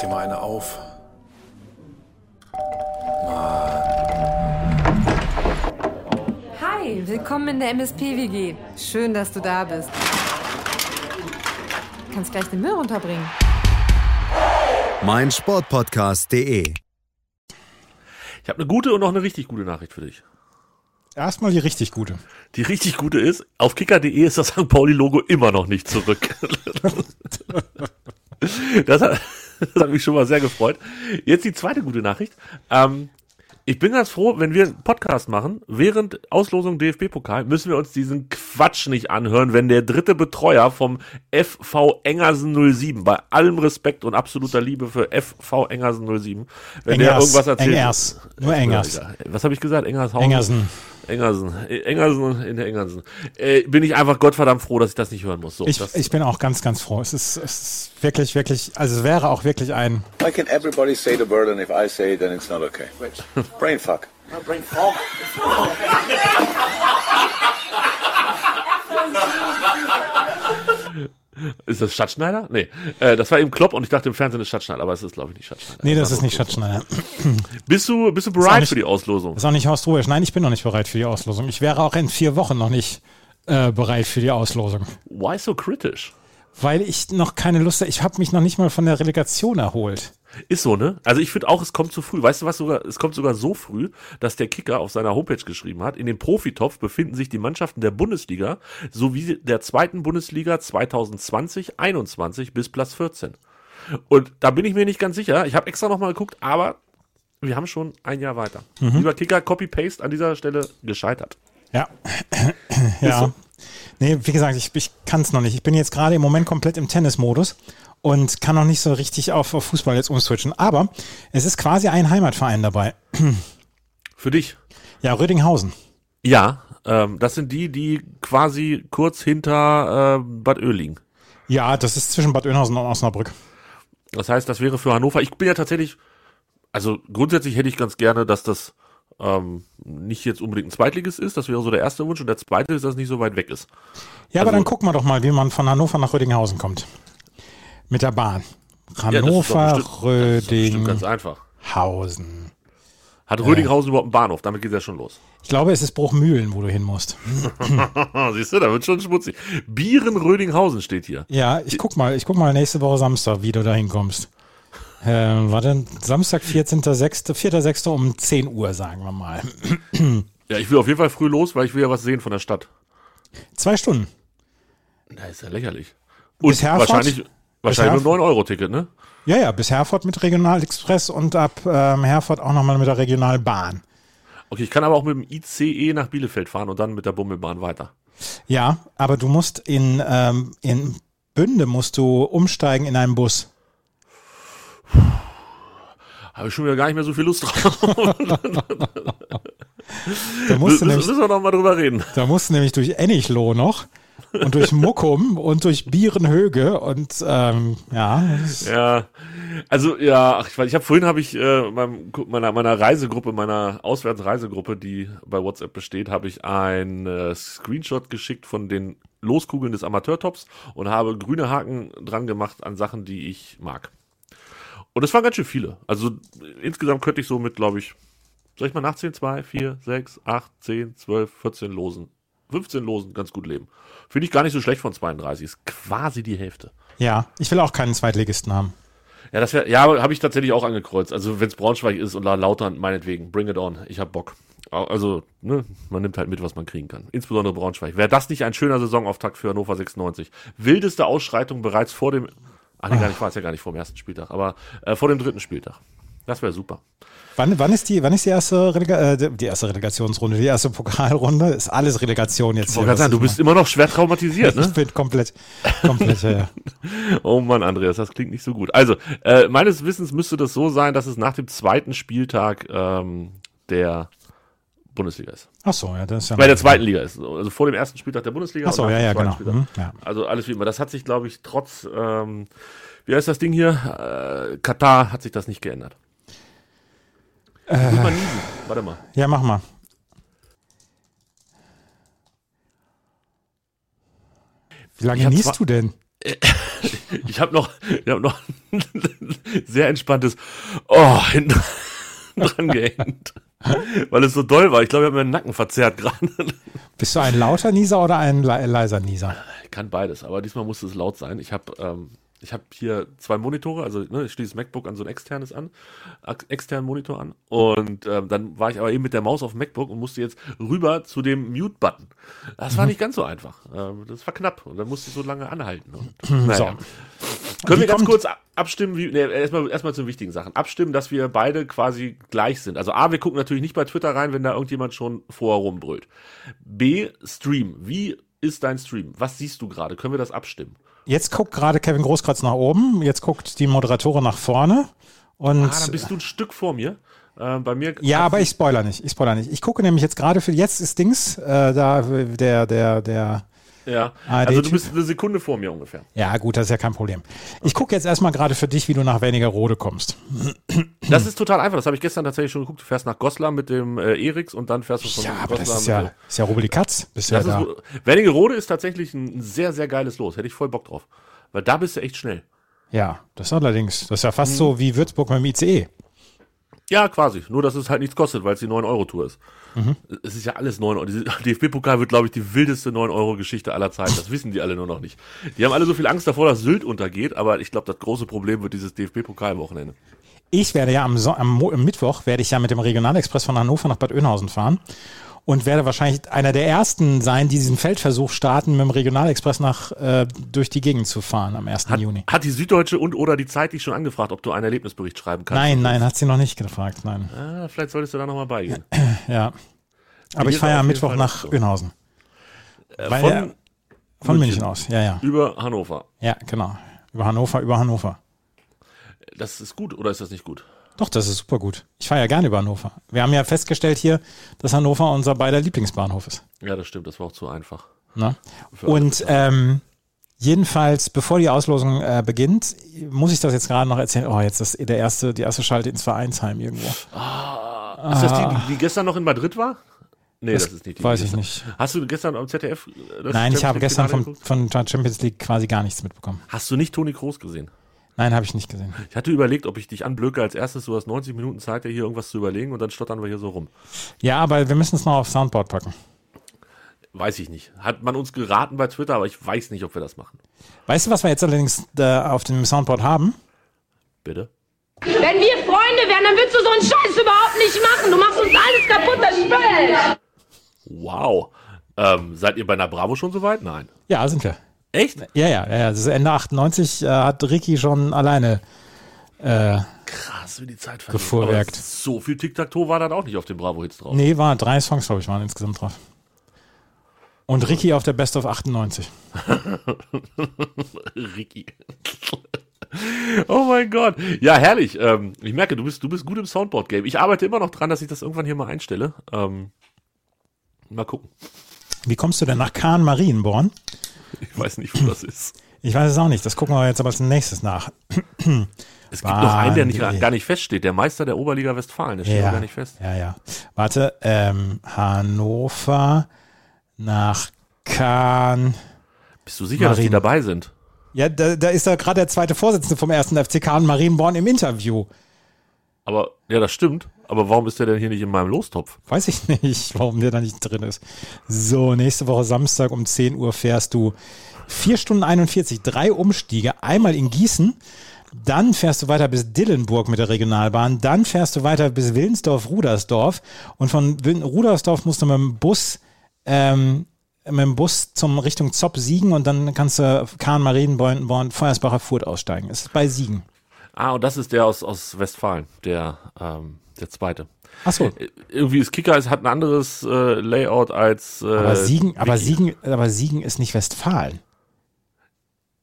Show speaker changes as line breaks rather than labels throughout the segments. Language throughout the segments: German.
dir mal eine auf.
Hi, willkommen in der MSP-WG. Schön, dass du da bist. Du kannst gleich den Müll runterbringen.
mein Sportpodcast.de.
Ich habe eine gute und noch eine richtig gute Nachricht für dich.
Erstmal die richtig gute.
Die richtig gute ist, auf kicker.de ist das St. Pauli-Logo immer noch nicht zurück. das, hat, das hat mich schon mal sehr gefreut. Jetzt die zweite gute Nachricht. Ähm, ich bin ganz froh, wenn wir einen Podcast machen, während Auslosung DFB-Pokal, müssen wir uns diesen Quatsch nicht anhören, wenn der dritte Betreuer vom FV Engersen 07, bei allem Respekt und absoluter Liebe für FV Engersen 07, wenn der irgendwas erzählt.
Engers. Nur Engers.
Was habe ich gesagt? Engershausen?
Engersen.
Engersen. Äh, Engersen in der Engersen. Äh, bin ich einfach gottverdammt froh, dass ich das nicht hören muss. So,
Ich,
Oh, das,
ich bin auch ganz, ganz froh. Es ist, es ist wirklich, wirklich, also es wäre auch wirklich ein,
Why can everybody say the word and if I say it then it's not okay? Brain fuck.
ist das Stadtschneider? Nee. Äh, das war eben Klopp und ich dachte im Fernsehen ist Stadtschneider, aber es ist, glaube ich, nicht Stadtschneider.
nee, das ist nicht Schatzschneider.
Bist du, bist du
auch
bereit
nicht-
für die Auslosung?
Ist auch nicht Horst Rubisch. Nein, ich bin noch nicht bereit für die Auslosung. Ich wäre auch in vier Wochen noch nicht äh, bereit für die Auslosung.
Why so kritisch?
Weil ich noch keine Lust habe. Ich habe mich noch nicht mal von der Relegation erholt.
Ist so, ne? Also ich finde auch, es kommt zu früh. Weißt du was sogar? Es kommt sogar so früh, dass der Kicker auf seiner Homepage geschrieben hat, in dem Profitopf befinden sich die Mannschaften der Bundesliga sowie der zweiten Bundesliga 2020-21 bis Platz 14. Und da bin ich mir nicht ganz sicher. Ich habe extra nochmal geguckt, aber wir haben schon ein Jahr weiter. Lieber Kicker, Copy-Paste an dieser Stelle gescheitert.
Ja. ja. Nee, wie gesagt, ich, ich kann es noch nicht. Ich bin jetzt gerade im Moment komplett im Tennismodus und kann noch nicht so richtig auf, auf Fußball jetzt umswitchen. Aber es ist quasi ein Heimatverein dabei.
Für dich.
Ja, Rödinghausen.
Ja, ähm, das sind die, die quasi kurz hinter äh, Bad Oehl liegen.
Ja, das ist zwischen Bad Oeynhausen und Osnabrück.
Das heißt, das wäre für Hannover. Ich bin ja tatsächlich, also grundsätzlich hätte ich ganz gerne, dass das ähm, nicht jetzt unbedingt ein Zweitliges ist. Das wäre so der erste Wunsch. Und der zweite ist, dass es nicht so weit weg ist.
Ja, aber
Also-
dann gucken wir doch mal, wie man von Hannover nach Rödinghausen kommt. Mit der Bahn.
Ja, das ist doch
Hannover,
bestimmt- das ist doch bestimmt ganz einfach.
Rödinghausen.
Hat Rödinghausen überhaupt einen Bahnhof? Damit geht es ja schon los.
Ich glaube, es ist Bruchmühlen, wo du hin musst.
Ah, siehst du, da wird schon schmutzig. Bieren Rödinghausen steht hier.
Ja, ich guck mal, ich guck mal nächste Woche Samstag, wie du da hinkommst. Ähm, warte, Samstag, 14.06., 4.06. um 10 Uhr, sagen wir mal.
Ja, ich will auf jeden Fall früh los, weil ich will ja was sehen von der Stadt.
Zwei Stunden.
Das ist ja lächerlich. Und
Bis Herford?
wahrscheinlich, wahrscheinlich mit
Herford?
9-Euro-Ticket, ne?
Ja, ja, bis Herford mit Regionalexpress und ab ähm, Herford auch nochmal mit der Regionalbahn.
Okay, ich kann aber auch mit dem ICE nach Bielefeld fahren und dann mit der Bummelbahn weiter.
Ja, aber du musst in, ähm, in Bünde musst du umsteigen in einen Bus.
Habe ich schon wieder gar nicht mehr so viel Lust drauf.
Da musst du
Müssen-
nämlich,
müssen wir noch mal drüber reden.
da musst du nämlich durch Ennichloh noch und durch Muckum und durch Bierenhöge und ähm, ja, das-
Ja, also ja, ach, ich, weiß, ich habe vorhin habe ich äh, meinem, meiner meiner Reisegruppe, meiner Auswärtsreisegruppe, die bei WhatsApp besteht, habe ich ein äh, Screenshot geschickt von den Loskugeln des Amateurtops und habe grüne Haken dran gemacht an Sachen, die ich mag. Und es waren ganz schön viele. Also äh, insgesamt könnte ich so mit, glaube ich, soll ich mal nachzählen? 2, 4, 6, 8, 10, 12, 14 Losen. 15 Losen, ganz gut leben. Finde ich gar nicht so schlecht von 32. Ist quasi die Hälfte.
ja, ich will auch keinen Zweitligisten haben.
Ja, das wär, ja, habe ich tatsächlich auch angekreuzt. Also wenn es Braunschweig ist und La- Lautern, meinetwegen, bring it on. Ich hab Bock. Au- Also, ne, man nimmt halt mit, was man kriegen kann. Insbesondere Braunschweig. Wäre das nicht ein schöner Saisonauftakt für Hannover 96? Wildeste Ausschreitung bereits vor dem. Ach nee, gar nicht, war es ja gar nicht vor dem ersten Spieltag, aber äh, vor dem dritten Spieltag. Das wäre super.
Wann, wann ist die, wann ist die erste, Relega äh, die erste Relegationsrunde, die erste Pokalrunde? Ist alles Relegation jetzt.
Ich wollte gerade sagen, du bist immer noch schwer traumatisiert,
ne? Ich
ne?
bin komplett, komplett, äh, ja, ja.
Oh Mann, Andreas, das klingt nicht so gut. Also, äh, meines Wissens müsste das so sein, dass es nach dem zweiten Spieltag ähm, der Bundesliga ist.
Ach so, ja, das ist ja.
Bei der zweiten Liga ist. Also vor dem ersten Spieltag der Bundesliga.
Ach so,
und nach
ja,
dem
ja,
zweiten
genau.
Spieltag.
Hm, ja.
Also alles wie immer. Das hat sich, glaube ich, trotz, ähm, wie heißt das Ding hier? Äh, Katar hat sich das nicht geändert.
Äh.
Ich muss mal niesen. Warte mal.
ja, mach mal. Wie lange
Ich hab
niest
zwar-
du denn?
Ich habe noch, ich hab noch ein sehr entspanntes Oh hinten dran gehängt. Weil es so doll war. Ich glaube, ich habe mir den Nacken verzerrt gerade.
Bist du ein lauter Nieser oder ein le leiser Nieser?
Ich kann beides, aber diesmal musste es laut sein. Ich habe ähm, ich hab hier zwei Monitore, also ne, ich schließe das MacBook an so ein externes an, ex- externen Monitor an. Und ähm, dann war ich aber eben mit der Maus auf dem MacBook und musste jetzt rüber zu dem Mute-Button. Das war nicht ganz so einfach. Ähm, das war knapp und dann musste ich so lange anhalten. Und, naja. Können
Wie
wir ganz
kommt-
kurz ab- abstimmen, wie, nee, erstmal, erstmal zu den wichtigen Sachen. Abstimmen, dass wir beide quasi gleich sind. Also A, wir gucken natürlich nicht bei Twitter rein, wenn da irgendjemand schon vorher rumbrüllt. B, Stream. Wie ist dein Stream? Was siehst du gerade? Können wir das abstimmen?
Jetzt guckt gerade Kevin Großkreuz nach oben, jetzt guckt die Moderatorin nach vorne. Und
Ah, dann bist du ein Stück vor mir. Äh, bei mir.
Ja, aber ich spoiler nicht. Ich spoiler nicht. Ich gucke nämlich jetzt gerade für jetzt ist Dings äh, da der der der
Ja.
Ah,
also
der
du bist eine Sekunde vor mir ungefähr.
ja, gut, das ist ja kein Problem. Ich gucke jetzt erstmal gerade für dich, wie du nach Wernigerode kommst.
Das ist total einfach. Das habe ich gestern tatsächlich schon geguckt. Du fährst nach Goslar mit dem äh, Eriks und dann fährst du von
Ja, aber das
Goslar
ist ja,
mit-
ist ja Rubel die Katz. Bist ja
Das
da.
ist, Wernigerode ist tatsächlich ein sehr, sehr geiles Los. Hätte ich voll Bock drauf. Weil da bist du echt schnell.
Ja, das ist allerdings, das ist ja
Mhm.
fast so wie Würzburg mit dem ICE.
Ja, quasi. Nur, dass es halt nichts kostet, weil es die 9-Euro-Tour ist.
Mhm.
Es ist ja alles 9 Euro. Diese- DFB-Pokal wird, glaube ich, die wildeste 9-Euro-Geschichte aller Zeiten. Das wissen die alle nur noch nicht. Die haben alle so viel Angst davor, dass Sylt untergeht, aber ich glaube, das große Problem wird dieses DFB-Pokal-Wochenende.
Ich werde ja am, Son am Mo am Mittwoch werde ich ja mit dem Regionalexpress von Hannover nach Bad Oeynhausen fahren und werde wahrscheinlich einer der ersten sein, die diesen Feldversuch starten, mit dem Regionalexpress nach äh, durch die Gegend zu fahren am 1. Juni.
Hat die Süddeutsche und oder die Zeit dich schon angefragt, ob du einen Erlebnisbericht schreiben kannst?
Nein, nein, hat sie noch nicht gefragt. Nein.
Ah, vielleicht solltest du da nochmal beigehen.
Ja. Aber
Mir
ich fahre
ist
ja am
auf jeden
Mittwoch
Fall
nach
so.
Oeynhausen. Weil
Äh, von
ja- von München
München.
aus. Ja, ja.
Über Hannover.
Ja, genau. Über Hannover, über Hannover.
Das ist gut oder ist das nicht gut?
Doch, das ist super gut. Ich fahre ja gerne über Hannover. Wir haben ja festgestellt hier, dass Hannover unser beider Lieblingsbahnhof ist.
Ja, das stimmt. Das war auch zu einfach.
Ne? Und ähm, jedenfalls, bevor die Auslosung äh, beginnt, muss ich das jetzt gerade noch erzählen. Oh, jetzt ist der erste, die erste Schalte ins Vereinsheim irgendwo.
Ist das die, die gestern noch in Madrid war? Nee, das,
Das
ist nicht die.
Ah. weiß
die
ich
gestern-
nicht.
Hast du gestern am ZDF äh, das
Nein, ich
Champions
habe
League
gestern
Finale
vom,
geguckt?
von Champions League quasi gar nichts mitbekommen.
Hast du nicht Toni Kroos gesehen?
Nein, habe ich nicht gesehen.
Ich hatte überlegt, ob ich dich anblöcke als erstes. Du hast 90 Minuten Zeit, dir hier irgendwas zu überlegen und dann stottern wir hier so rum.
Ja, aber wir müssen es noch auf Soundboard packen.
Weiß ich nicht. Hat man uns geraten bei Twitter, aber ich weiß nicht, ob wir das machen.
Weißt du, was wir jetzt allerdings äh, auf dem Soundboard haben?
Bitte?
Wenn wir Freunde wären, dann würdest du so einen Scheiß überhaupt nicht machen. Du machst uns alles kaputt, das Spiel.
Wow. Ähm, seid ihr bei einer Bravo schon so weit? Nein.
Ja, sind wir.
Echt?
Ja, ja, ja. ja. Das ist Ende 98 äh, hat Ricky schon alleine. Äh,
Krass, wie Ah, die Zeit vergeht.
Gefuhrwerkt.
Aber So viel Tic-Tac-Toe war dann auch nicht auf den Bravo-Hits drauf.
nee, war drei Songs, glaube ich, waren insgesamt drauf. Und Ricky auf der Best of 98.
Ricky. Oh mein Gott. Ja, herrlich. Ähm, ich merke, du bist, du bist gut im Soundboard-Game. Ich arbeite immer noch dran, dass ich das irgendwann hier mal einstelle. Ähm, mal gucken.
Wie kommst du denn nach Kahn Marienborn?
Ich weiß nicht, wo das ist.
Ich weiß es auch nicht. Das gucken wir jetzt aber als nächstes nach.
Es gibt noch einen, der nicht,
Wahnsinn.
gar nicht feststeht. Der Meister der Oberliga Westfalen. Der steht noch gar nicht fest.
ja, ja. Warte, ähm, Hannover nach Kahn.
Bist du sicher, dass die
Marien.
dabei sind?
Ja, da, da ist da gerade der zweite Vorsitzende vom ersten FC Kahn Marienborn im Interview.
Aber, ja, das stimmt. Aber warum ist der denn hier nicht in meinem Lostopf?
Weiß ich nicht, warum der da nicht drin ist. So, nächste Woche Samstag um 10 Uhr fährst du 4 Stunden 41, drei Umstiege, einmal in Gießen, dann fährst du weiter bis Dillenburg mit der Regionalbahn, dann fährst du weiter bis Willensdorf-Rudersdorf und von Willen- Rudersdorf musst du mit dem Bus, ähm, mit dem Bus zum Richtung Zopp siegen und dann kannst du Kahn, Marienborn, Born, Feuersbacher Furt aussteigen. Es ist bei Siegen.
Ah, und das ist der aus, aus Westfalen. Der, ähm, der zweite.
Achso,
Äh, Irgendwie ist Kicker, es hat ein anderes äh, Layout als. Äh,
aber Siegen, aber
Wiki.
Siegen, aber Siegen ist nicht Westfalen.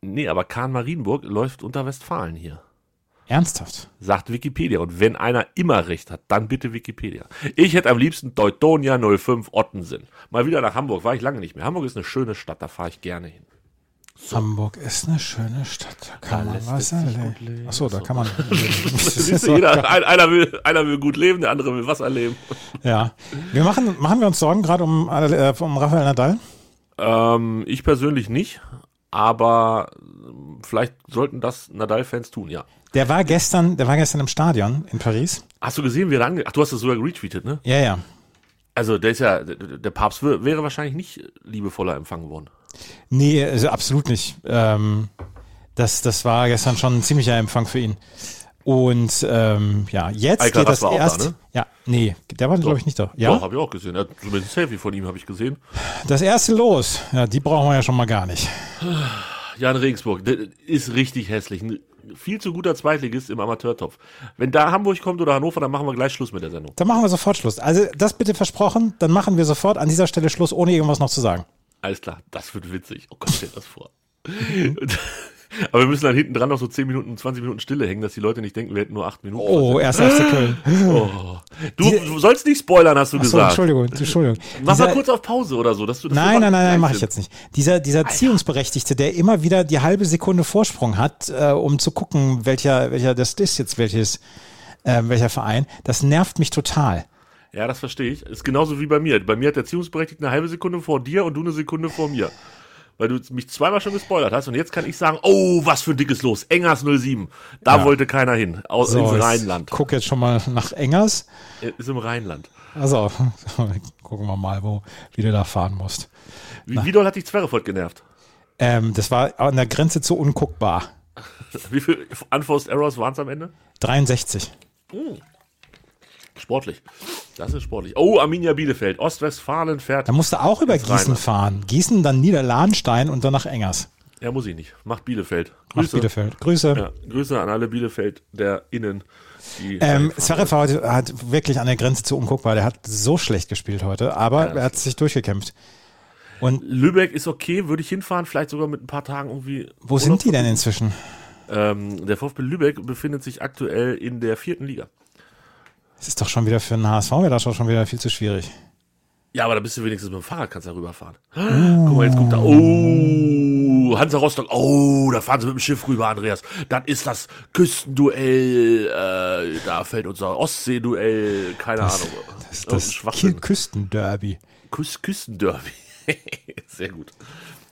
Nee, aber Kahn-Marienburg läuft unter Westfalen hier.
Ernsthaft.
Sagt Wikipedia. Und wenn einer immer recht hat, dann bitte Wikipedia. Ich hätte am liebsten Teutonia 05 Ottensen. Mal wieder nach Hamburg, war ich lange nicht mehr. Hamburg ist eine schöne Stadt, da fahre ich gerne hin.
Hamburg ist eine schöne Stadt. Da kann man was erleben. Achso, da kann man.
Siehst du, jeder, ein, einer, will, einer will gut leben, der andere will Wasser leben.
ja. Wir machen, machen wir uns Sorgen gerade um, äh, um Rafael Nadal.
Ähm, ich persönlich nicht, aber vielleicht sollten das Nadal-Fans tun, ja.
Der war gestern, der war gestern im Stadion in Paris.
Hast du gesehen, wie er ange... Ach, du hast das sogar retweetet, ne?
Ja, ja.
Also, der ist ja, der der Papst wär- wäre wahrscheinlich nicht liebevoller empfangen worden.
Nee, also absolut nicht. Ähm, das, das war gestern schon ein ziemlicher Empfang für ihn. Und ähm, ja, jetzt
Alcaraz
geht das
war auch da,
erst.
ne?
Ja, nee, der war, glaube ich, nicht da. Ja,
Doch, habe ich auch gesehen. Ja, zumindest ein Selfie von ihm habe ich gesehen.
das erste los. Ja, die brauchen wir ja schon mal gar nicht.
Jan Regensburg, der ist richtig hässlich. Ein viel zu guter Zweitligist im Amateurtopf. Wenn da Hamburg kommt oder Hannover, dann machen wir gleich Schluss mit der Sendung.
Dann machen wir sofort Schluss. Also, das bitte versprochen, dann machen wir sofort an dieser Stelle Schluss, ohne irgendwas noch zu sagen.
Alles klar, das wird witzig. Oh Gott, stell dir das vor.
Mhm.
Aber wir müssen dann hinten dran noch so 10 Minuten, 20 Minuten Stille hängen, dass die Leute nicht denken, wir hätten nur 8 Minuten.
Oh, erst FC Köln.
Du, du sollst nicht spoilern, hast du
So,
gesagt.
Entschuldigung, Entschuldigung.
Mach mal
Dieser-
kurz auf Pause oder so, dass du das
Nein, nein, nein, nein, mache ich
Sinn.
jetzt nicht. Dieser, dieser Ziehungsberechtigte, der immer wieder die halbe Sekunde Vorsprung hat, äh, um zu gucken, welcher, welcher das ist jetzt, welches, äh, welcher Verein, das nervt mich total.
Ja, das verstehe ich. Ist genauso wie bei mir. Bei mir hat der Erziehungsberechtigte eine halbe Sekunde vor dir und du eine Sekunde vor mir. Weil du mich zweimal schon gespoilert hast und jetzt kann ich sagen, oh, was für ein dickes Los. Engers 07. Da wollte keiner hin. Aus ins
ich
Rheinland. Äh,
Guck jetzt schon mal nach Engers.
Ist im Rheinland.
Also, gucken wir mal, wo, wie du da fahren musst.
Wie, wie doll hat dich Zwerrefort genervt?
Ähm, das war an der Grenze zu unguckbar.
Wie viele Unforced Errors waren es am Ende?
63.
Sportlich. Das ist sportlich. Oh, Arminia Bielefeld. Ostwestfalen fährt.
Da musst du auch über
Ins
Gießen
Rheinland.
fahren. Gießen, dann Niederlahnstein und dann nach Engers.
Ja, muss ich nicht. Macht Bielefeld.
Nach Bielefeld. Grüße.
Ja, Grüße an alle Bielefeld der Innen. Die
Ähm, Zverev hat, hat wirklich an der Grenze zu unguckbar. Der hat so schlecht gespielt heute, aber er hat sich durchgekämpft.
Lübeck ist okay, würde ich hinfahren, vielleicht sogar mit ein paar Tagen irgendwie.
Wo sind die denn inzwischen?
Ähm, der VfB Lübeck befindet sich aktuell in der vierten Liga.
Es ist doch schon wieder für den HSV, wäre das schon wieder viel zu schwierig.
Ja, aber da bist du wenigstens mit dem Fahrrad, kannst da rüberfahren. Guck mal, jetzt guckt da. Oh, Hansa Rostock. Oh, da fahren sie mit dem Schiff rüber, Andreas. Dann ist das Küstenduell. Äh, da fällt unser Ostseeduell. Keine Ahnung.
Das,
Irgendein
das Kiel
Schwachsinn.
Küstenderby.
Küs Küstenderby. Sehr gut.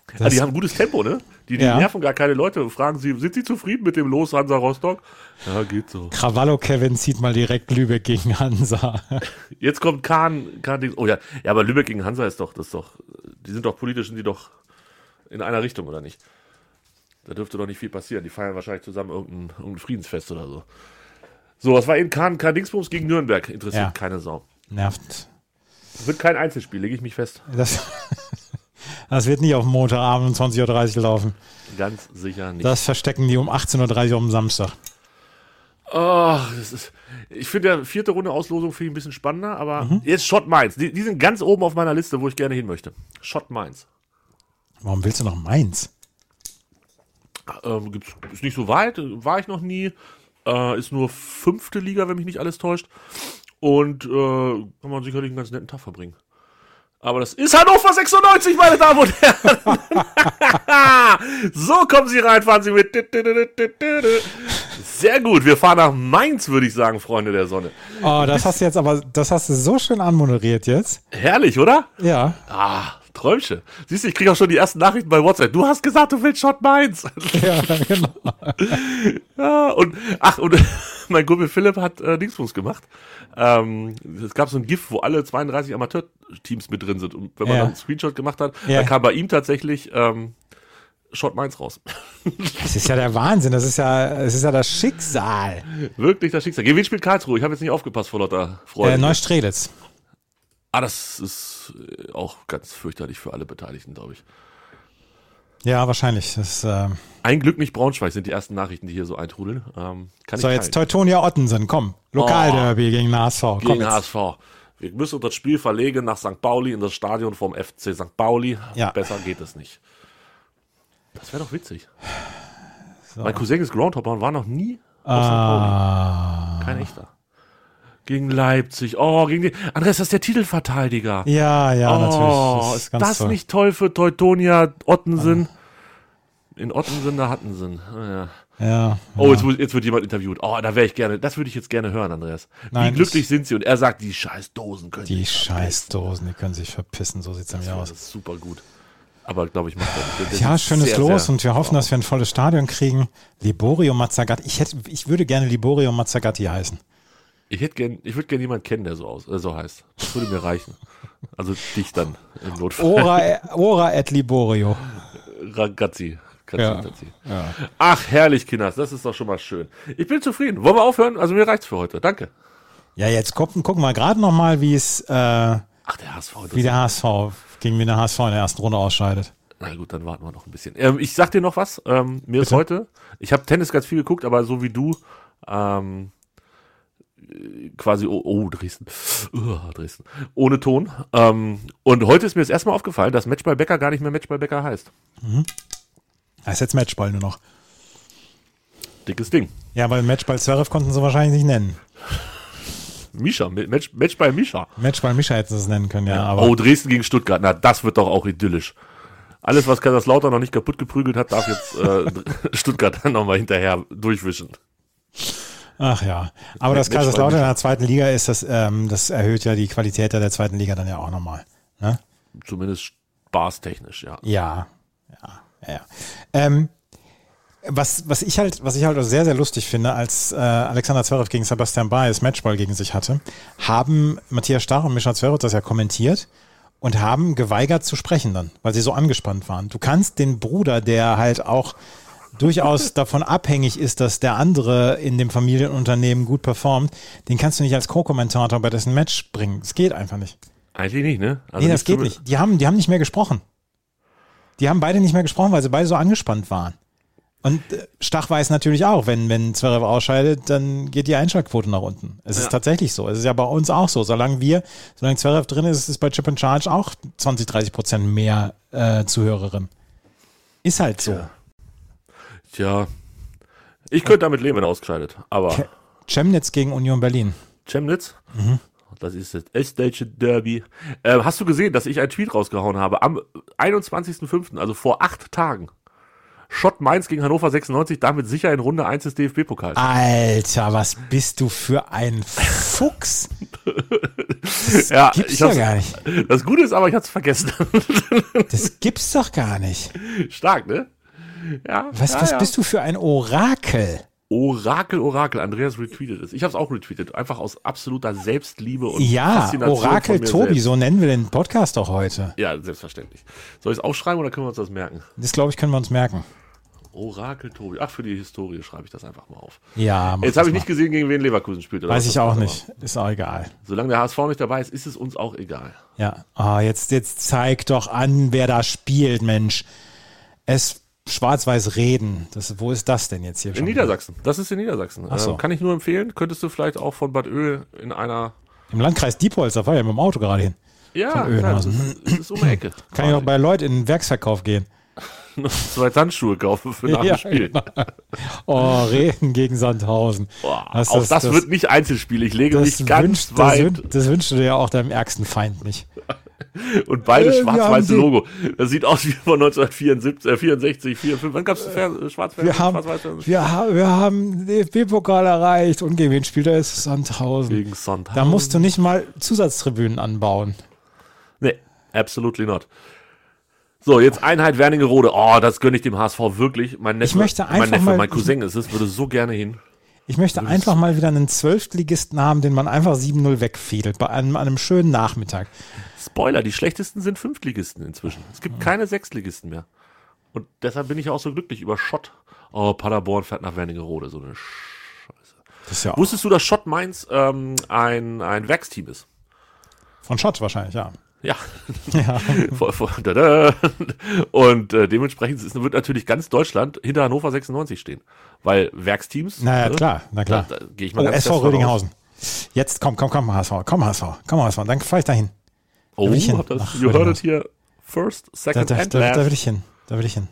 Das-
also die haben gutes Tempo, ne? Die, die
Ja.
nerven gar keine Leute und fragen sie, sind sie zufrieden mit dem Los Hansa Rostock? Ja, geht so.
Krawallo Kevin zieht mal direkt Lübeck gegen Hansa.
Jetzt kommt Kahn, Kahn Dings- Oh ja, ja, aber Lübeck gegen Hansa ist doch, das ist doch, die sind doch politisch, sind die doch in einer Richtung, oder nicht? Da dürfte doch nicht viel passieren. Die feiern wahrscheinlich zusammen irgendein, irgendein Friedensfest oder so. So, was war eben Kahn, Kahn Dingsbums gegen Nürnberg? Interessiert
Ja.
keine Sau.
Nervt.
Wird kein Einzelspiel, lege ich mich fest.
Das, das wird nicht auf Montagabend um 20.30 Uhr laufen.
Ganz sicher nicht.
Das verstecken die um 18.30 Uhr am Samstag.
Ach, das ist, ich finde ja vierte Runde Auslosung finde ich ein bisschen spannender, aber jetzt Schott Mainz. Die, die sind ganz oben auf meiner Liste, wo ich gerne hin möchte. Schott Mainz.
Warum willst du noch Mainz?
Ähm, gibt's, ist nicht so weit, äh, war ich noch nie. Äh, ist nur fünfte Liga, wenn mich nicht alles täuscht. Und äh, kann man sicherlich einen ganz netten Tag verbringen. Aber das ist Hannover 96, meine Damen und Herren. so kommen sie rein, fahren sie mit. Sehr gut, wir fahren nach Mainz, würde ich sagen, Freunde der Sonne.
Oh, das hast du jetzt aber, das hast du so schön anmoderiert jetzt.
Herrlich, oder?
Ja.
Ah, Träumchen. Siehst du, ich kriege auch schon die ersten Nachrichten bei WhatsApp. Du hast gesagt, du willst Shot Mainz.
Ja, genau.
ja, und ach, und mein Kumpel Philipp hat äh, Dingsbums gemacht. Ähm, es gab so ein GIF, wo alle 32 Amateurteams mit drin sind. Und wenn man
Ja.
dann einen Screenshot gemacht hat,
Ja.
dann kam bei ihm tatsächlich ähm, Shot Mainz raus.
Das ist ja der Wahnsinn, das ist ja, es ist ja das Schicksal.
Wirklich das Schicksal. Gegen wen spielt Karlsruhe? Ich habe jetzt nicht aufgepasst vor lauter
Äh,
Freude.
Neustrelitz.
ah, das ist äh, auch ganz fürchterlich für alle Beteiligten, glaube ich.
Ja, wahrscheinlich. Das, äh,
Ein Glück nicht Braunschweig sind die ersten Nachrichten, die hier so eintrudeln. Ähm, kann
so,
ich
jetzt
teilen.
Teutonia Ottensen, komm. Lokalderby gegen den HSV. Komm
gegen
jetzt.
HSV. Wir müssen das Spiel verlegen nach St. Pauli in das Stadion vom FC St. Pauli.
Ja.
Besser geht es nicht. Das wäre doch witzig. Mein Cousin ist Groundhopper und war noch nie auf
Ah.
St. Pauli. Kein echter. Gegen Leipzig. Oh, gegen die. Andreas, das ist der Titelverteidiger.
Ja, ja,
oh,
natürlich.
ist, das
toll.
nicht toll für Teutonia Ottensen? In Ottensen, da hatten sie. ihn. Ah, Ja.
Ja.
Oh, jetzt, muss- jetzt wird jemand interviewt. Oh, da wäre ich gerne, das würde ich jetzt gerne hören, Andreas.
Nein,
Wie glücklich
ich-
sind sie? Und er sagt, die scheiß Dosen können
Die
sich verpissen.
Scheißdosen, die können sich verpissen, so sieht's nämlich
Das
aus.
ist super gut. aber glaube ich, macht er nicht. Der- der
Ja,
sieht
schönes
sehr,
Los
sehr-
und wir hoffen, dass wir ein volles Stadion kriegen. Liborio Mazzagatti. Ich, hätte, ich würde gerne Liborio Mazzagatti heißen.
Ich hätte gern, ich würde gerne jemanden kennen, der so aus, äh, so heißt. Das würde mir reichen. Also dich dann im Notfall.
Ora, Ora et Liborio.
Ragazzi. Katzi,
Ja.
Katzi.
Ja.
Ach, herrlich, Kinders, das ist doch schon mal schön. Ich bin zufrieden. Wollen wir aufhören? Also mir reicht's für heute. Danke.
Ja, jetzt gucken, gucken wir gerade nochmal, wie es, äh,
Ach, der HSV. das-
wie der HSV, gegen wen der HSV in der ersten Runde ausscheidet.
Na gut, dann warten wir noch ein bisschen. Ähm, ich sag dir noch was. Ähm, mir ist heute, ich habe Tennis ganz viel geguckt, aber so wie du, ähm, äh, quasi, oh, oh Dresden, Uah, Dresden, ohne Ton. Ähm, und heute ist mir das erste Mal aufgefallen, dass Match by Becker gar nicht mehr Match by Becker heißt.
Das Ah, ist jetzt Matchball nur noch.
Dickes Ding.
Ja, weil Matchball Zverev konnten sie wahrscheinlich nicht nennen.
Misha, Mi- Match, Match by Misha.
Matchball Mischa hätten sie es nennen können, ja. Aber
oh, Dresden gegen Stuttgart. Na, das wird doch auch idyllisch. Alles, was Kaiserslautern noch nicht kaputt geprügelt hat, darf jetzt äh, Stuttgart dann nochmal hinterher durchwischen.
Ach ja, aber das
Mensch,
Kaiserslautern
Mensch.
in der zweiten Liga ist, das, ähm, das erhöht ja die Qualität der zweiten Liga dann ja auch nochmal. Ne?
Zumindest spaßtechnisch, ja.
Ja, ja, ja. ja. Ähm, was, was ich halt, was ich halt auch sehr, sehr lustig finde, als äh, Alexander Zverev gegen Sebastian Baez Matchball gegen sich hatte, haben Matthias Stach und Mischa Zverev das ja kommentiert und haben geweigert zu sprechen dann, weil sie so angespannt waren. Du kannst den Bruder, der halt auch durchaus davon abhängig ist, dass der andere in dem Familienunternehmen gut performt, den kannst du nicht als Co-Kommentator bei dessen Match bringen. Es geht einfach nicht.
Eigentlich nicht, ne? Also
Nee, das geht
zu-
nicht. Die haben, die haben nicht mehr gesprochen. Die haben beide nicht mehr gesprochen, weil sie beide so angespannt waren. Und äh, Stach weiß natürlich auch, wenn, wenn Zverev ausscheidet, dann geht die Einschaltquote nach unten. Es ist tatsächlich so. Es ist ja bei uns auch so. Solange wir, solange Zverev drin ist, ist es bei Chip and Charge auch 20, 30 Prozent mehr äh, Zuhörerin. Ist halt so.
Tja. Ich könnte damit leben, wenn er ausgescheidet. Aber
Chemnitz gegen Union Berlin.
Chemnitz,
Mhm.
das ist das Estdeutsche Derby. Äh, hast du gesehen, dass ich einen Tweet rausgehauen habe? Am 21.05., also vor acht Tagen. Schott Mainz gegen Hannover 96, damit sicher in Runde 1 des DFB-Pokals.
Alter, was bist du für ein Fuchs?
ja,
gibt's
ich hab's-
ja gar nicht.
Das Gute ist aber, ich hab's vergessen.
Das gibt's doch gar nicht.
Stark, ne? Ja.
Was,
ja,
was
ja.
bist du für ein Orakel?
Orakel, Orakel. Andreas retweetet es. Ich hab's auch retweetet. Einfach aus absoluter Selbstliebe und
Ja,
Faszination
Orakel
von mir
Tobi,
selbst.
so nennen wir den Podcast doch heute.
Ja, selbstverständlich. Soll ich es aufschreiben oder können wir uns das merken?
Das, glaube ich, können wir uns merken.
Orakel Tobi. Ach, für die Historie schreibe ich das einfach mal auf.
Ja, mach
Jetzt habe
das
ich
mal.
nicht gesehen, gegen wen Leverkusen spielt. Oder
Weiß
was
ich
das
auch
war.
nicht. Ist auch egal.
Solange der HSV nicht dabei ist, ist es uns auch egal.
Ja. Ah, jetzt, jetzt zeig doch an, wer da spielt, Mensch. Es schwarz-weiß reden. Das, wo ist das denn jetzt hier
In
schon?
Niedersachsen. Das ist in Niedersachsen.
so.
Ähm, kann ich nur empfehlen. Könntest du vielleicht auch von Bad Oehl in einer.
Im Landkreis Diepholz, da fahr ich mit dem Auto gerade hin.
Ja,
Oehl
klar, das
Nasen.
ist, das ist um die Ecke.
Kann ich auch bei Leuten in den Werksverkauf gehen.
zwei Tanzschuhe kaufen für nach
Ja,
dem Spiel.
genau. Oh, Reden gegen Sandhausen.
Boah,
Was
auch das, wird nicht Einzelspiel. Ich lege
das
mich ganz
wünscht- das,
weit
wün- das wünschst du dir ja auch deinem ärgsten Feind nicht.
und beide
Äh, wir haben
schwarz-weiße
den-
Logo. Das sieht aus wie von 1964, äh, 64, 54. Wann gab es äh, schwarz-weiße?
Wir haben,
schwarz-weiße-
wir, ha- wir haben DFB-Pokal erreicht und gegen wen spielt er? Es ist Sandhausen.
Gegen Sonntag.
Da musst du nicht mal Zusatztribünen anbauen.
Nee, absolutely not. So, jetzt Einheit Wernigerode. Oh, das gönne ich dem HSV wirklich. Mein Neffe,
Ich möchte
mein,
einfach
Neffe
mal-
mein Cousin ist es, würde so gerne hin.
Ich möchte einfach mal wieder einen Zwölftligisten haben, den man einfach 7-0 wegfädelt, bei einem, an einem schönen Nachmittag.
Spoiler, die schlechtesten sind Fünftligisten inzwischen. Es gibt keine Sechstligisten mehr. Und deshalb bin ich auch so glücklich über Schott. Oh, Paderborn fährt nach Wernigerode. So eine Sch
Das ist ja
Wusstest du, dass Schott Mainz ähm, ein, ein Werksteam ist?
von Schott wahrscheinlich, ja.
Ja.
Ja.
Voll- voll- tada. Und äh, dementsprechend ist, wird natürlich ganz Deutschland hinter Hannover 96 stehen. Weil Werksteams.
Naja,
ne?
klar, na klar.
Da, da gehe ich mal
Oh,
ganz
SV
fest von aus.
Rödinghausen. Jetzt komm, komm, komm, HSV, komm, HSV, komm, HSV, dann fahr ich dahin.
Oh,
will ich hin.
hab das,
Ach,
you
warte
heard
mal.
it here first,
Da,
second
da,
and
da,
last.
da will ich hin, da will ich hin.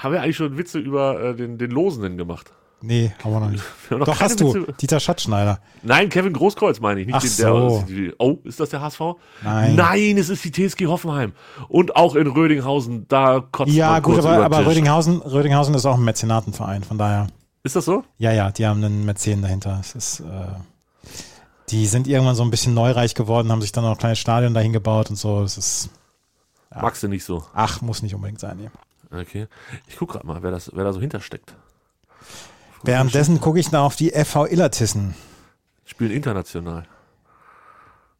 Haben wir eigentlich schon Witze über äh, den, den Losenden gemacht?
Nee, haben wir noch nicht.
Wir haben noch
Doch,
keine
hast du,
Witze-
Dieter Schatzschneider.
Nein, Kevin Großkreuz meine ich. Nicht
Ach
den,
so.
der, die- oh, ist das der HSV?
Nein.
Nein, es ist die TSG Hoffenheim. Und auch in Rödinghausen, da kotzt
Ja,
man
gut,
kurz
aber,
über den
aber
Tisch.
Rödinghausen, Rödinghausen ist auch ein Mäzenatenverein, von daher.
Ist das so?
Ja, ja, die haben einen Mäzen dahinter. Es ist, äh, die sind irgendwann so ein bisschen neureich geworden, haben sich dann auch ein kleines Stadion dahin gebaut und so. Es ist
Magst du nicht so.
Ach, muss nicht unbedingt sein. Nee.
Okay. Ich guck grad mal, wer, das, wer da so hintersteckt.
Währenddessen gucke ich noch auf die FV Illertissen.
Spielen international.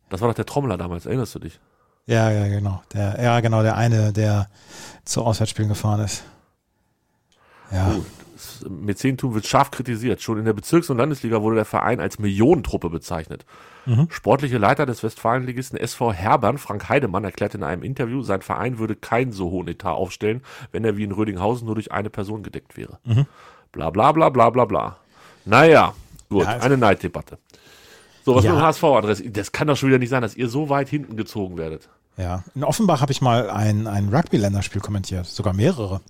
Das war doch der Trommler damals, erinnerst du dich?
Ja, ja, genau. Der, ja, genau, der eine, der zu Auswärtsspielen gefahren ist. Ja.
Das Mäzentum wird scharf kritisiert. Schon in der Bezirks- und Landesliga wurde der Verein als Millionentruppe bezeichnet. Mhm. Sportliche Leiter des Westfalenligisten SV Herbern, Frank Heidemann, erklärte in einem Interview, sein Verein würde keinen so hohen Etat aufstellen, wenn er wie in Rödinghausen nur durch eine Person gedeckt wäre. Bla bla bla bla bla bla. Naja, gut,
Ja, also-
eine Neiddebatte. So, was
Ja.
mit dem HSV-Adress? Das kann doch schon wieder nicht sein, dass ihr so weit hinten gezogen werdet.
ja. In Offenbach habe ich mal ein, ein Rugby-Länderspiel kommentiert. Sogar mehrere.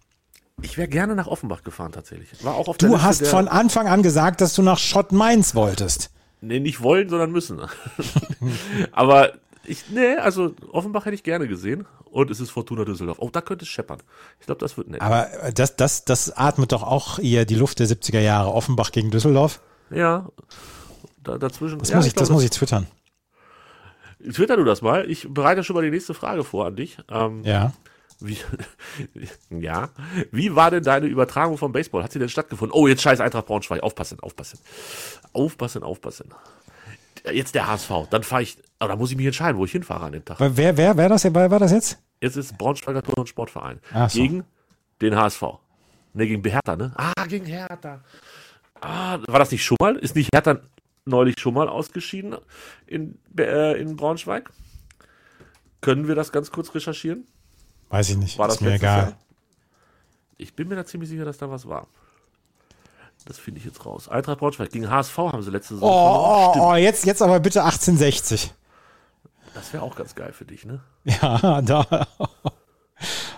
Ich wäre gerne nach Offenbach gefahren, tatsächlich. War auch auf der
Du
Liste
hast
der,
von Anfang an gesagt, dass du nach Schott Mainz wolltest.
Nee, nicht wollen, sondern müssen. Aber ich, nee, also Offenbach hätte ich gerne gesehen. Und es ist Fortuna Düsseldorf. Oh, da könnte es scheppern. Ich glaube, das wird nett.
Aber äh, das, das, das atmet doch auch eher die Luft der 70er Jahre. Offenbach gegen Düsseldorf.
ja. Da, dazwischen.
Das,
ja,
muss, ich, das
glaube,
muss ich twittern.
das- Twitter du das mal. Ich bereite schon mal die nächste Frage vor an dich. Ähm,
Ja.
Wie, ja. Wie war denn deine Übertragung vom Baseball? Hat sie denn stattgefunden? Oh, jetzt scheiß Eintracht Braunschweig. Aufpassen, aufpassen. Aufpassen, aufpassen. Jetzt der HSV. Dann fahre ich. Aber da muss ich mich entscheiden, wo ich hinfahre an dem Tag.
Wer, wer, wer, wer, das, wer war das jetzt?
Jetzt ist Braunschweiger Turn- und Sportverein.
Ach so.
Gegen den HSV. Ne, gegen Hertha, ne? Ah, gegen Hertha. Ah, war das nicht schon mal? Ist nicht Hertha neulich schon mal ausgeschieden in, äh, in Braunschweig? Können wir das ganz kurz recherchieren?
Weiß ich nicht.
War das
ist mir
letztes
egal.
Jahr? Ich bin mir da ziemlich sicher, dass da was war. Das finde ich jetzt raus. Eintracht Braunschweig gegen HSV haben sie letzte Saison verloren.
Oh,
Stimmt.
oh, oh, jetzt, jetzt aber bitte 1860.
Das wäre auch ganz geil für dich, ne?
Ja, da.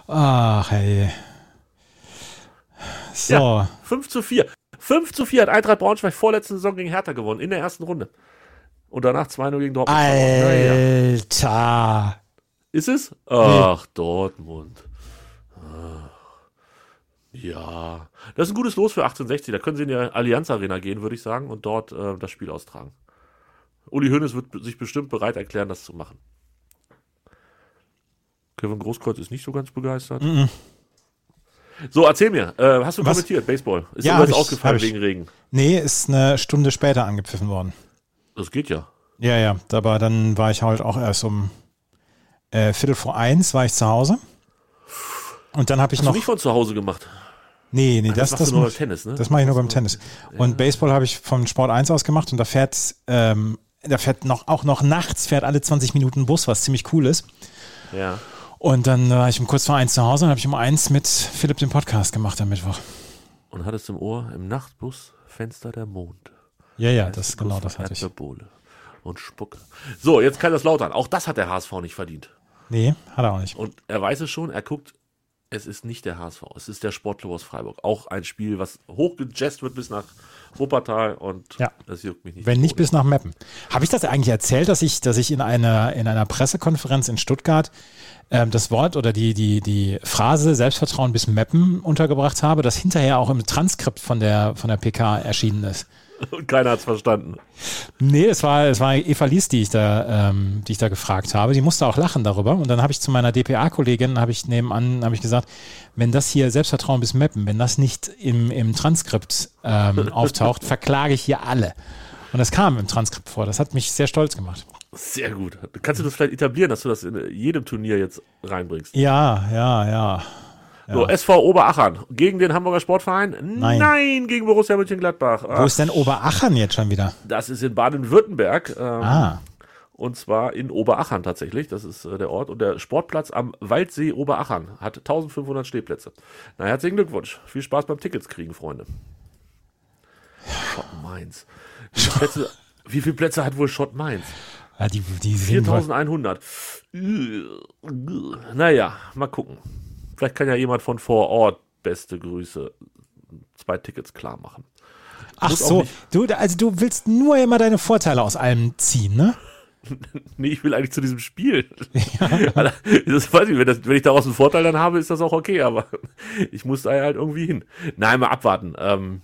Ach, hey. So.
Ja, 5 zu 4. 5 zu 4 hat Eintracht Braunschweig vorletzte Saison gegen Hertha gewonnen, in der ersten Runde. Und danach 2-0 gegen Dortmund. verloren. Ja, ja.
Alter.
Ist es? Ach, Dortmund. Ah. Ja. Das ist ein gutes Los für 1860. Da können sie in die Allianz Arena gehen, würde ich sagen, und dort äh, das Spiel austragen. Uli Hoeneß wird sich bestimmt bereit erklären, das zu machen. Kevin Großkreuz ist nicht so ganz begeistert. So, erzähl mir, äh, hast du
Mhm. Was?
kommentiert, Baseball? Ist
Ja,
ja, übrigens
hab ich,
ausgefallen
hab ich.
wegen Regen.
Nee, ist eine Stunde später angepfiffen worden.
Das geht ja.
Ja, ja, aber dann war ich halt auch erst um äh, Viertel vor eins war ich zu Hause. Und dann habe ich
Hast du
noch.
nicht von zu Hause gemacht.
Nee, nee, das,
machst
das,
du nur
mach-
beim Tennis, ne?
das mache ich nur beim Tennis. Und Baseball habe ich vom Sport 1 aus gemacht und da fährt, ähm, da fährt noch, auch noch nachts fährt alle 20 Minuten ein Bus, was ziemlich cool ist.
Ja.
Und dann war ich um kurz vor eins zu Hause und habe ich um eins mit Philipp den Podcast gemacht am Mittwoch.
Und hattest im Ohr im Nachtbus Fenster der Mond.
Ja, ja, das genau das hatte ich.
Erdbeerbohle und Spucke. So, jetzt kann das lautern. Auch das hat der HSV nicht verdient.
Nee, hat er auch nicht.
Und er weiß es schon, er guckt, es ist nicht der HSV, es ist der Sportclub aus Freiburg. Auch ein Spiel, was hochgejazzt wird bis nach Wuppertal und
Ja.
das juckt mich nicht.
Wenn nicht
bis
bis nach Meppen. Habe ich das eigentlich erzählt, dass ich, dass ich in einer, in einer Pressekonferenz in Stuttgart ähm, das Wort oder die, die, die Phrase Selbstvertrauen bis Meppen untergebracht habe, das hinterher auch im Transkript von der, von der PK erschienen ist?
Und keiner hat es verstanden.
Nee, es war, es war Eva Lies, die ich da, ähm, die ich da gefragt habe. Die musste auch lachen darüber. Und dann habe ich zu meiner DPA-Kollegin, habe ich nebenan, habe ich gesagt, wenn das hier Selbstvertrauen bis Meppen, wenn das nicht im, im Transkript ähm, auftaucht, verklage ich hier alle. Und das kam im Transkript vor. Das hat mich sehr stolz gemacht.
Sehr gut. Kannst du das vielleicht etablieren, dass du das in äh, jedem Turnier jetzt reinbringst?
Ja, ja, ja.
So, SV Oberachern gegen den Hamburger Sportverein?
Nein.
Nein gegen Borussia Mönchengladbach.
Wo
Ach,
ist denn Oberachern jetzt schon wieder?
das ist in Baden-Württemberg. Ähm,
Ah,
Und zwar in Oberachern tatsächlich. Das ist äh, der Ort. Und der Sportplatz am Waldsee Oberachern hat 1500 Stehplätze. Na, herzlichen Glückwunsch. Viel Spaß beim Tickets kriegen, Freunde. Schott Mainz. Wie viele Plätze, wie viele Plätze hat wohl Schott Mainz?
ja, die, die sind wohl-
4100. Naja, mal gucken. Vielleicht kann ja jemand von vor Ort beste Grüße zwei Tickets klar machen.
Ach
muss auch
so,
nicht.
du, also du willst nur immer deine Vorteile aus allem ziehen, ne?
Nee, ich will eigentlich zu diesem Spiel. Das weiß ich, wenn, das, wenn ich daraus einen Vorteil dann habe, ist das auch okay, aber ich muss da halt irgendwie hin. Nein, mal abwarten. Ähm,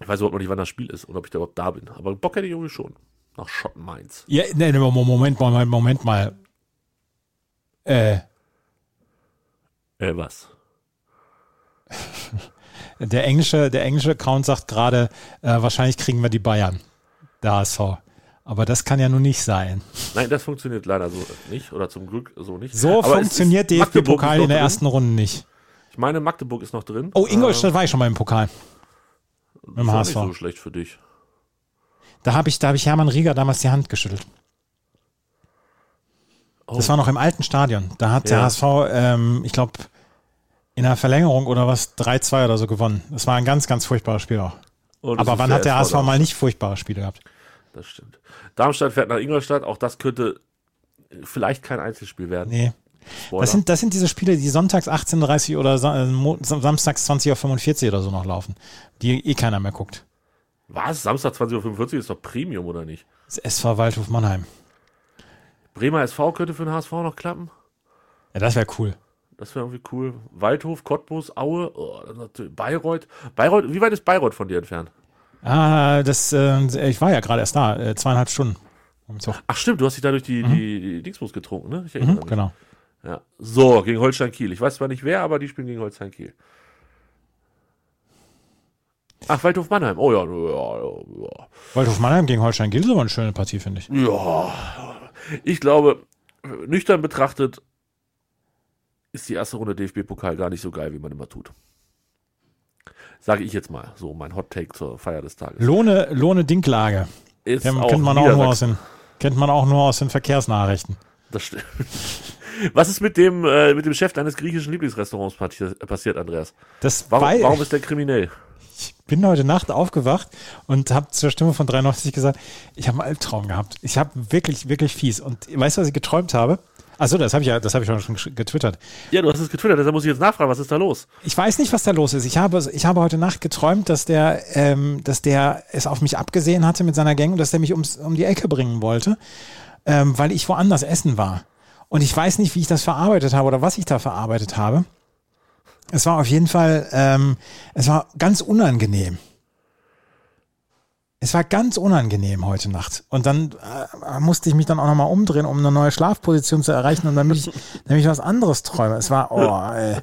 ich weiß überhaupt noch nicht, wann das Spiel ist und ob ich da überhaupt da bin. Aber Bock hätte ich irgendwie schon. Nach Schotten Mainz.
Ja, nee, nee, Moment, Moment, Moment mal. Äh,
Äh, was?
Der englische, der englische Account sagt gerade, äh, wahrscheinlich kriegen wir die Bayern, der HSV. Aber das kann ja nun nicht sein.
Nein, das funktioniert leider so nicht oder zum Glück so nicht.
So
Aber es
funktioniert
ist- Magdeburg ist
DFB-Pokal
noch
in der
drin.
ersten Runde nicht.
Ich meine, Magdeburg ist noch drin.
Oh, Ingolstadt war ich schon mal im Pokal. Mit dem
Ähm. Ist auch
HSV.
nicht so schlecht für dich.
Da habe ich, da hab ich Hermann Rieger damals die Hand geschüttelt. Das war noch im alten Stadion. Da hat der
Oh. Ja.
HSV, ähm, ich glaube, in der Verlängerung oder was, 3-2 oder so gewonnen. Das war ein ganz, ganz furchtbares Spiel auch.
Und es
Aber
Oh, ist
wann hat der HSV
da.
mal nicht furchtbare Spiele gehabt?
Das stimmt. Darmstadt fährt nach Ingolstadt. Auch das könnte vielleicht kein Einzelspiel werden.
Nee.
Spoiler.
Das sind, das sind diese Spiele, die sonntags 18.30 Uhr oder sa- äh, mo- sam- samstags 20.45 Uhr oder so noch laufen, die eh keiner mehr guckt.
Was? Samstag 20.45 Uhr ist doch Premium, oder nicht?
Das SV Waldhof Mannheim.
Bremer SV könnte für den HSV noch klappen.
Ja, das wäre cool.
Das wäre irgendwie cool. Waldhof, Cottbus, Aue, oh, das ist natürlich- Bayreuth. Bayreuth, wie weit ist Bayreuth von dir entfernt?
Ah, das, äh, ich war ja gerade erst da, äh, zweieinhalb Stunden. Im Zug.
Ach stimmt, du hast dich dadurch die,
Mhm.
die, die Dingsbus getrunken, ne? Ich erinnere mich.
Genau.
Ja. So, gegen Holstein Kiel. Ich weiß zwar nicht wer, aber die spielen gegen Holstein Kiel. Ach, Waldhof Mannheim. Oh ja, ja,
Waldhof Mannheim gegen Holstein Kiel ist aber eine schöne Partie, finde ich.
ja, ja. Ja. Ich glaube, nüchtern betrachtet ist die erste Runde DFB-Pokal gar nicht so geil, wie man immer tut. Sage ich jetzt mal, so mein Hot Take zur Feier des Tages.
Lohne, Lohne Dinklage.
Ist
Den kennt man auch nur
Niedersachsen.
aus den, kennt man auch nur aus den Verkehrsnachrichten.
Das stimmt. Was ist mit dem, äh, mit dem Chef deines griechischen Lieblingsrestaurants parti- passiert, Andreas?
Das
Warum,
wei-
warum ist der kriminell?
ich bin heute Nacht aufgewacht und habe zur Stimme von 93 gesagt, ich habe einen Albtraum gehabt. Ich habe wirklich, wirklich fies. Und weißt du, was ich geträumt habe? Achso, das habe ich ja, das habe ich auch schon gesch- getwittert.
Ja, du hast es getwittert, deshalb muss ich jetzt nachfragen, was ist da los?
Ich weiß nicht, was da los ist. Ich habe, ich habe heute Nacht geträumt, dass der, ähm, dass der es auf mich abgesehen hatte mit seiner Gang und dass der mich ums, um die Ecke bringen wollte, ähm, weil ich woanders essen war. Und ich weiß nicht, wie ich das verarbeitet habe oder was ich da verarbeitet habe. Es war auf jeden Fall, ähm, es war ganz unangenehm. Es war ganz unangenehm heute Nacht. Und dann äh, musste ich mich dann auch nochmal umdrehen, um eine neue Schlafposition zu erreichen und damit ich, damit ich was anderes träume. Es war, oh, ey.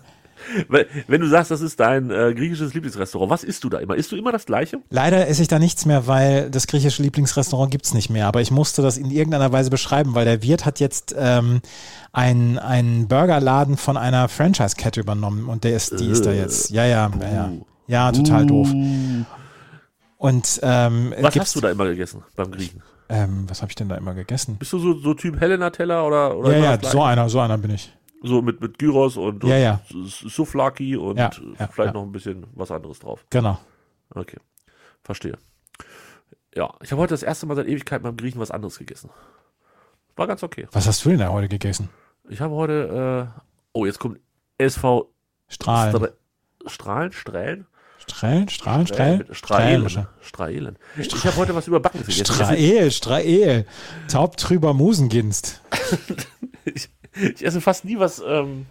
Weil, wenn du sagst, das ist dein äh, griechisches Lieblingsrestaurant, was isst du da immer? Isst du immer das Gleiche?
Leider esse ich da nichts mehr, weil das griechische Lieblingsrestaurant gibt's nicht mehr. Aber ich musste das in irgendeiner Weise beschreiben, weil der Wirt hat jetzt ähm, einen, einen Burgerladen von einer Franchise-Kette übernommen und der ist, die ist da jetzt. Ja, ja, ja, ja. Ja, total doof. Und ähm,
Was
gibt's-
hast du da immer gegessen beim Griechen?
Ähm, was habe ich denn da immer gegessen?
Bist du so, so Typ Helena-Teller oder, oder
Ja,
immer
ja,
das
so
Gleiche?
einer, so einer bin ich.
so mit, mit Gyros und, und
Ja, ja.
S- Souvlaki und
Ja,
äh,
ja,
vielleicht
ja.
noch ein bisschen was anderes drauf.
Genau.
Okay, verstehe. Ja, ich habe heute das erste Mal seit Ewigkeiten beim Griechen was anderes gegessen. War ganz okay.
Was hast du denn da heute gegessen?
Ich habe heute, äh, oh, jetzt kommt SV
Strahlen.
Stra- Strahlen, Strählen?
Strahlen, Strahlen, Strahlen.
Strahlen.
Strahlen.
Strahlen. Ich habe heute was überbacken gegessen.
Strael, Strael. Taubtrüber Musenginst.
Ich, ich esse fast nie was ähm,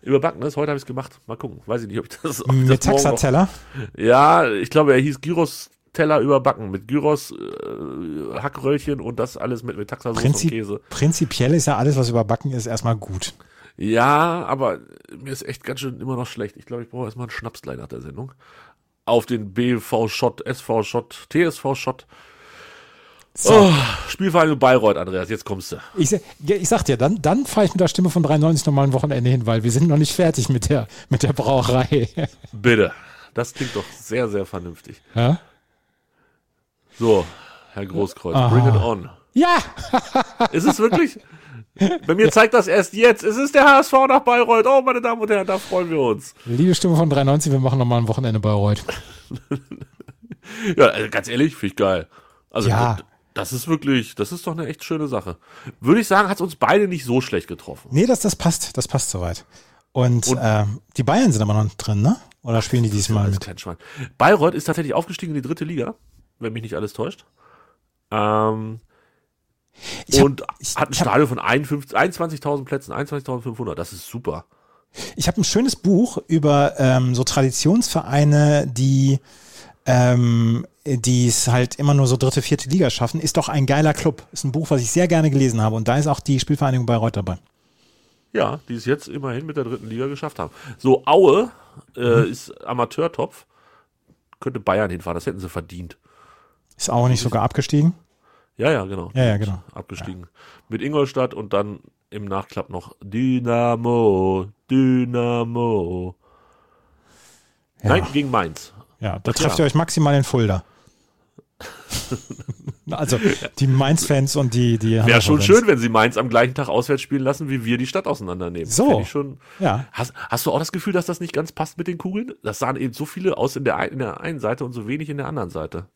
überbackenes. Heute habe ich es gemacht. Mal gucken. Weiß ich nicht, ob ich das. Ob ich
Mit
das morgen noch-
Taxateller.
Ja, ich glaube, er hieß Gyros. Teller überbacken mit Gyros, äh, Hackröllchen und das alles mit, mit Taxasauce und
Prinzip-
Käse.
Prinzipiell ist ja alles, was überbacken ist, erstmal gut.
Ja, aber mir ist echt ganz schön immer noch schlecht. Ich glaube, ich brauche erstmal einen Schnaps gleich nach der Sendung. Auf den BV-Shot, SV-Shot, TSV-Shot. Oh, Spielverein Bayreuth, Andreas, jetzt kommst du.
Ich, se- ja, ich sag dir, dann, dann fahre ich mit der Stimme von 93 nochmal ein Wochenende hin, weil wir sind noch nicht fertig mit der, mit der Brauerei.
Bitte. Das klingt doch sehr, sehr vernünftig.
Ja?
So, Herr Großkreuz, bring it on.
ja!
Ist es wirklich? Bei mir zeigt das erst jetzt. Es ist der HSV nach Bayreuth. Oh, meine Damen und Herren, da freuen wir uns.
Liebe Stimme von 93, wir machen nochmal ein Wochenende Bayreuth.
Ja, also ganz ehrlich, finde ich geil. Also,
Ja.
d- das ist wirklich, das ist doch eine echt schöne Sache. Würde ich sagen, hat es uns beide nicht so schlecht getroffen.
Nee, das, das passt, das passt soweit. Und, ähm, die Bayern sind aber noch drin, ne? Oder spielen die diesmal
Also
mit?
kein Schwein. Bayreuth ist tatsächlich aufgestiegen in die dritte Liga, wenn mich nicht alles täuscht. Ähm,
Ich hab-
und
ich-
hat ein
ich hab-
Stadion von 51 21.000 Plätzen, 21.500. Das ist super.
Ich habe ein schönes Buch über ähm, so Traditionsvereine, die ähm, die es halt immer nur so dritte, vierte Liga schaffen. Ist doch ein geiler Club. Ist ein Buch, was ich sehr gerne gelesen habe. Und da ist auch die Spielvereinigung Bayreuth dabei.
Ja, die es jetzt immerhin mit der dritten Liga geschafft haben. So, Aue äh,
Mhm.
ist Amateurtopf. Könnte Bayern hinfahren, das hätten sie verdient.
Ist auch nicht sogar abgestiegen.
Ja, ja, genau.
Ja, ja, genau.
Abgestiegen. Mit Ingolstadt und dann im Nachklapp noch Dynamo, Dynamo.
Ja.
Nein, gegen Mainz.
Ja, da trefft ihr euch maximal in Fulda. also die Mainz-Fans und die, die
Wäre schon
Hannover-Fans.
schön, wenn sie Mainz am gleichen Tag auswärts spielen lassen, wie wir die Stadt auseinandernehmen.
So.
Fänd Ich schon,
Ja.
hast, hast du auch das Gefühl, dass das nicht ganz passt mit den Kugeln? Das sahen eben so viele aus in der, ein- in der einen Seite und so wenig in der anderen Seite.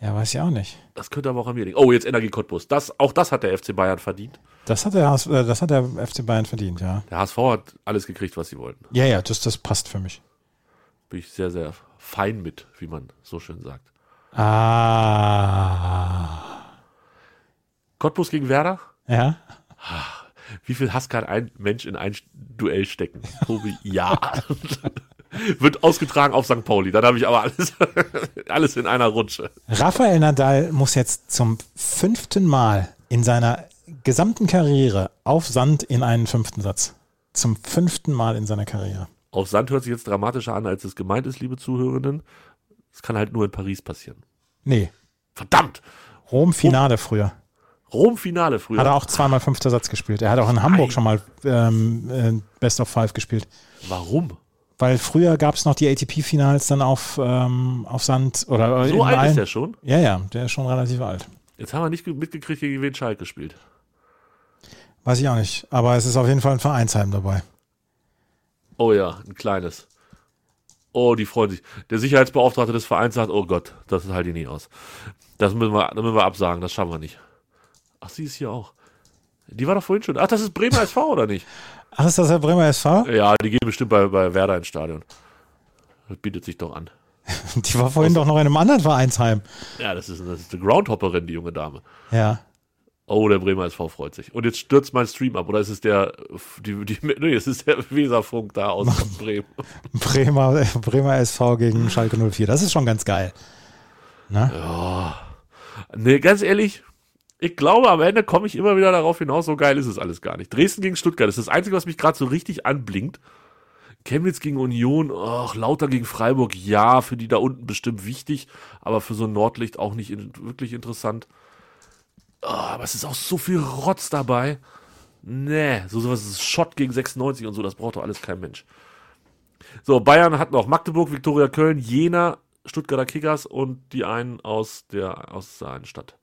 Ja, weiß ich auch nicht.
Das könnte aber auch an mir liegen. Oh, jetzt Energie Cottbus. Das, auch das hat der FC Bayern verdient.
Das hat, der, HSV äh, das hat der FC Bayern verdient, ja.
Der HSV hat alles gekriegt, was sie wollten.
Ja, ja, das, das passt für mich.
Bin ich sehr, sehr fein mit, wie man so schön sagt.
Ah.
Cottbus gegen Werder?
Ja.
Wie viel Hass kann ein Mensch in ein Duell stecken? Tobi, ja. Wird ausgetragen auf St. Pauli. Dann habe ich aber alles, alles in einer Rutsche.
Rafael Nadal muss jetzt zum fünften Mal in seiner gesamten Karriere auf Sand in einen fünften Satz. Zum fünften Mal in seiner Karriere.
Auf Sand hört sich jetzt dramatischer an, als es gemeint ist, liebe Zuhörenden. Es kann halt nur in Paris passieren.
Nee,
Verdammt!
Rom-Finale früher.
Rom-Finale früher.
Hat er auch zweimal fünfter Satz gespielt. Er hat auch in Hamburg schon mal ähm, äh, Best of Five gespielt.
Warum?
Weil früher gab es noch die ATP-Finals dann auf, ähm, auf Sand oder
So alt ist
allen-
er schon.
Ja, ja, der ist schon relativ alt.
Jetzt haben wir nicht ge- mitgekriegt, gegen wen Schalke spielt.
Weiß ich auch nicht. Aber es ist auf jeden Fall ein Vereinsheim dabei.
Oh ja, ein kleines. Oh, die freuen sich. Der Sicherheitsbeauftragte des Vereins sagt, oh Gott, das ist halt die nie aus. Das müssen wir, das müssen wir absagen, das schaffen wir nicht. Ach, sie ist hier auch. Die war doch vorhin schon. Ach, das ist Bremer SV, oder nicht?
Ach, ist das der Bremer SV?
Ja, die gehen bestimmt bei, bei Werder ins Stadion. Das bietet sich doch an.
Die war vorhin doch noch in einem anderen Vereinsheim.
Ja, das ist, das ist eine Groundhopperin, die junge Dame.
Ja.
Oh, der Bremer SV freut sich. Und jetzt stürzt mein Stream ab, oder ist es der, die, die, nee, es ist der Weserfunk da aus Bremen.
Bremer, Bremer SV gegen Schalke 04. Das ist schon ganz geil.
Nee, ganz ehrlich, ich glaube, am Ende komme ich immer wieder darauf hinaus, so geil ist es alles gar nicht. Dresden gegen Stuttgart ist das Einzige, was mich gerade so richtig anblinkt. Chemnitz gegen Union, ach, Lauter gegen Freiburg, ja, für die da unten bestimmt wichtig, aber für so ein Nordlicht auch nicht in, wirklich interessant. Ah, aber es ist auch so viel Rotz dabei. Nee, so sowas ist Schott gegen 96 und so, das braucht doch alles kein Mensch. So, Bayern hat noch Magdeburg, Viktoria Köln, Jena, Stuttgarter Kickers und die einen aus der, aus der einen Stadt.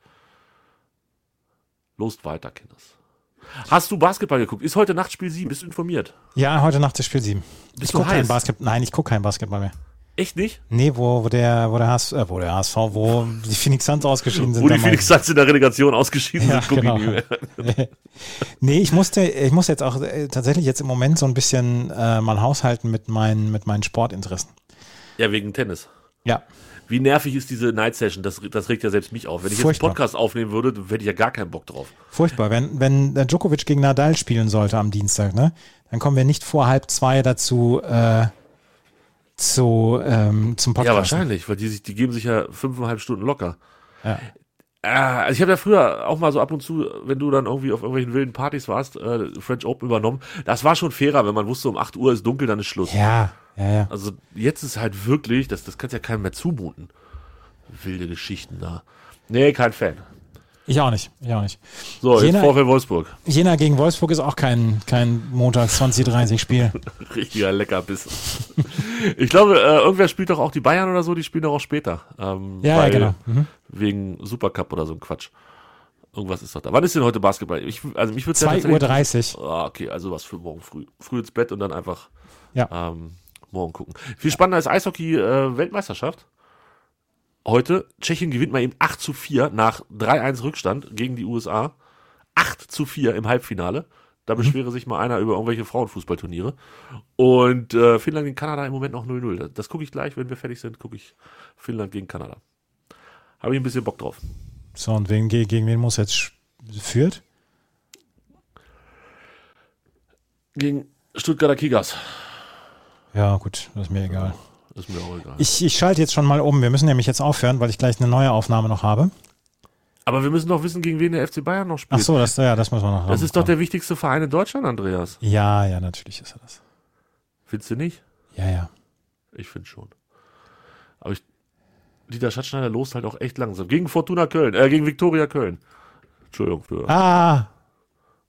Lost weiter, Kinders. Hast du Basketball geguckt? Ist heute Nacht Spiel 7, bist du informiert?
Ja, heute Nacht ist Spiel 7. Ich
du
gucke kein
heiß?
Basketball. Nein, ich gucke kein Basketball mehr.
Echt nicht?
Nee, wo, wo der, wo der HSV, äh, wo der HSV, wo die Phoenix Suns ausgeschieden sind.
Wo die
dann mal-
Phoenix Suns in der Relegation ausgeschieden
Ja,
sind, guck
genau.
ich nicht mehr.
Nee, ich musste, ich muss jetzt auch äh, tatsächlich jetzt im Moment so ein bisschen äh, mal haushalten mit meinen, mit meinen Sportinteressen.
Ja, wegen Tennis.
Ja.
Wie nervig ist diese Night Session? Das, das regt ja selbst mich auf. Wenn ich jetzt
Furchtbar.
einen Podcast aufnehmen würde, dann hätte ich ja gar keinen Bock drauf.
Furchtbar. Wenn, wenn der Djokovic gegen Nadal spielen sollte am Dienstag, ne, dann kommen wir nicht vor halb zwei dazu, äh, zu, ähm, zum Podcast.
Ja, wahrscheinlich, weil die, sich, die geben sich ja fünfeinhalb Stunden locker.
Ja.
Äh, Also ich habe ja früher auch mal so ab und zu, wenn du dann irgendwie auf irgendwelchen wilden Partys warst, äh, French Open übernommen. Das war schon fairer, wenn man wusste, um 8 Uhr ist dunkel, dann ist Schluss.
Ja, ja, ja.
Also jetzt ist halt wirklich, das, das kannst ja keinem mehr zumuten. Wilde Geschichten da. Nee, kein Fan.
Ich auch nicht. Ich auch nicht.
So, jetzt
Jena-
VfL Wolfsburg.
Jena gegen Wolfsburg ist auch kein, kein Montag 2030 Spiel.
Richtiger Leckerbissen. ich glaube, äh, irgendwer spielt doch auch die Bayern oder so, die spielen doch auch später. Ähm,
Ja, ja,
weil-
genau.
Wegen Supercup oder so ein Quatsch. Irgendwas ist doch da. Wann ist denn heute Basketball? Ich, also mich würde
2.30 Uhr.
Ah, okay, also was für morgen früh. Früh ins Bett und dann einfach
Ja.
ähm, morgen gucken. Viel spannender ist Eishockey-Weltmeisterschaft. Heute, Tschechien gewinnt mal eben 8 zu 4 nach 3-1 Rückstand gegen die USA. 8 zu 4 im Halbfinale.
Mhm.
Da beschwere sich mal einer über irgendwelche Frauenfußballturniere. Und äh, Finnland gegen Kanada im Moment noch 0-0. Das, das gucke ich gleich, wenn wir fertig sind, gucke ich Finnland gegen Kanada. Habe ich ein bisschen Bock drauf.
So, und wen, ge- gegen wen muss jetzt sch- führt?
Gegen Stuttgarter Kickers.
Ja, gut, das ist mir egal.
Ist mir auch egal.
Ich, ich schalte jetzt schon mal um. Wir müssen nämlich jetzt aufhören, weil ich gleich eine neue Aufnahme noch habe.
Aber wir müssen doch wissen, gegen wen der FC Bayern noch
Ach
spielt.
so, das, ja, das muss man noch
Das
haben.
ist doch der wichtigste Verein in Deutschland, Andreas.
Ja, ja, natürlich ist er das.
Findest du nicht?
Ja, ja.
Ich finde schon. Aber ich, Dieter Schatzschneider lost halt auch echt langsam. Gegen Fortuna Köln, äh, gegen Viktoria Köln. Entschuldigung. Für,
Ah!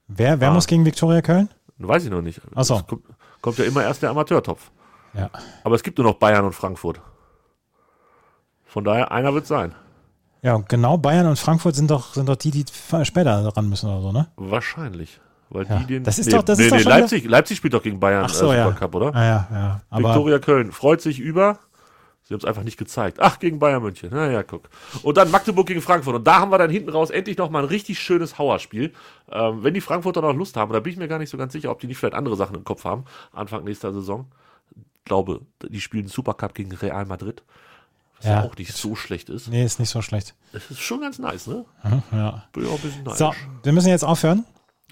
Wer, wer
Ah.
muss gegen Viktoria Köln?
Weiß ich noch nicht.
Ach so.
Es Kommt, kommt ja immer erst der Amateurtopf.
Ja.
Aber es gibt nur noch Bayern und Frankfurt. Von daher, einer wird sein.
Ja, und genau Bayern und Frankfurt sind doch, sind doch die, die f- später ran müssen oder so, ne?
Wahrscheinlich. Weil
Ja.
die den.
Das ist doch- das ist doch schon wieder-
Leipzig, Leipzig spielt doch gegen Bayern
Ach so,
äh,
ja.
Supercup, oder?
Ah, ja, ja. Aber
Viktoria Köln freut sich über. Sie haben es einfach nicht gezeigt. Ach, gegen Bayern München. Naja, guck. Und dann Magdeburg gegen Frankfurt. Und da haben wir dann hinten raus endlich nochmal ein richtig schönes Hauerspiel. Ähm, wenn die Frankfurter noch Lust haben, da bin ich mir gar nicht so ganz sicher, ob die nicht vielleicht andere Sachen im Kopf haben, Anfang nächster Saison. Ich glaube, die spielen Supercup gegen Real Madrid. Was ja,
Ja.
auch nicht so schlecht ist.
nee, ist nicht so schlecht. Mhm,
Das ist schon ganz nice, ne?
Ja.
Bin ich auch ein bisschen neidisch.
So, wir müssen jetzt aufhören.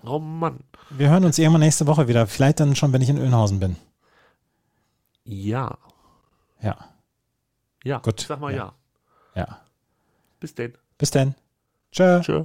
Oh Mann.
Wir hören uns irgendwann nächste Woche wieder. Vielleicht dann schon, wenn ich in Önhausen bin.
Ja.
Ja,
Ja.
Gut.
Sag mal ja.
Ja. ja.
Bis denn.
Bis dann. Tschö.
Tschö.